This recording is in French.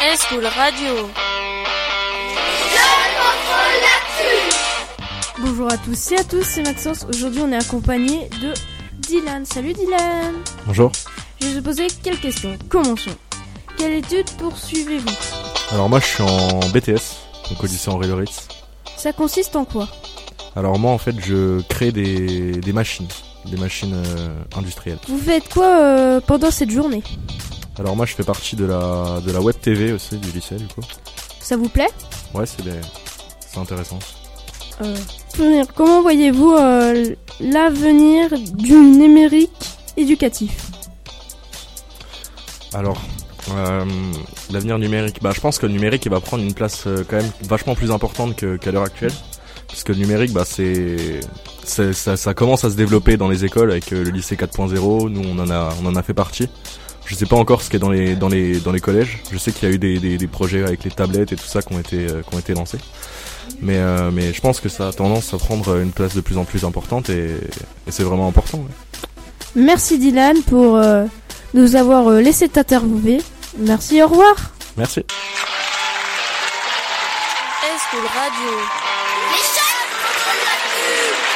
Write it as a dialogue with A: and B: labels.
A: High School Radio.
B: Bonjour à tous et à tous, c'est Maxence. Aujourd'hui, on est accompagné de Dylan. Salut Dylan.
C: Bonjour.
B: Je vais te poser quelques questions. Commençons. Quelle étude poursuivez-vous
C: Alors moi je suis en BTS, donc au lycée Henri Loritz.
B: Ça consiste en quoi
C: Alors moi en fait je crée des, des machines, des machines euh, industrielles.
B: Vous faites quoi euh, pendant cette journée
C: Alors moi je fais partie de la, de la web TV aussi du lycée du coup.
B: Ça vous plaît
C: Ouais c'est des- c'est intéressant.
B: Euh, Comment voyez-vous euh, l'avenir du numérique éducatif
C: Alors euh, l'avenir numérique, bah je pense que le numérique il va prendre une place euh, quand même vachement plus importante que- qu'à l'heure actuelle. Parce que le numérique bah c'est... c'est- Ça, ça commence à se développer dans les écoles avec euh, le lycée 4.0, nous on en a, on en a fait partie. Je sais pas encore ce qui est dans les dans les dans les collèges. Je sais qu'il y a eu des, des, des projets avec les tablettes et tout ça qui ont été euh, qui ont été lancés. Mais euh, mais je pense que ça a tendance à prendre une place de plus en plus importante et, et c'est vraiment important. ouais.
B: Merci Dylan pour euh, nous avoir euh, laissé t'interviewer. Merci, au revoir.
C: Merci.
A: High School Radio.
D: Les jeunes contre la pub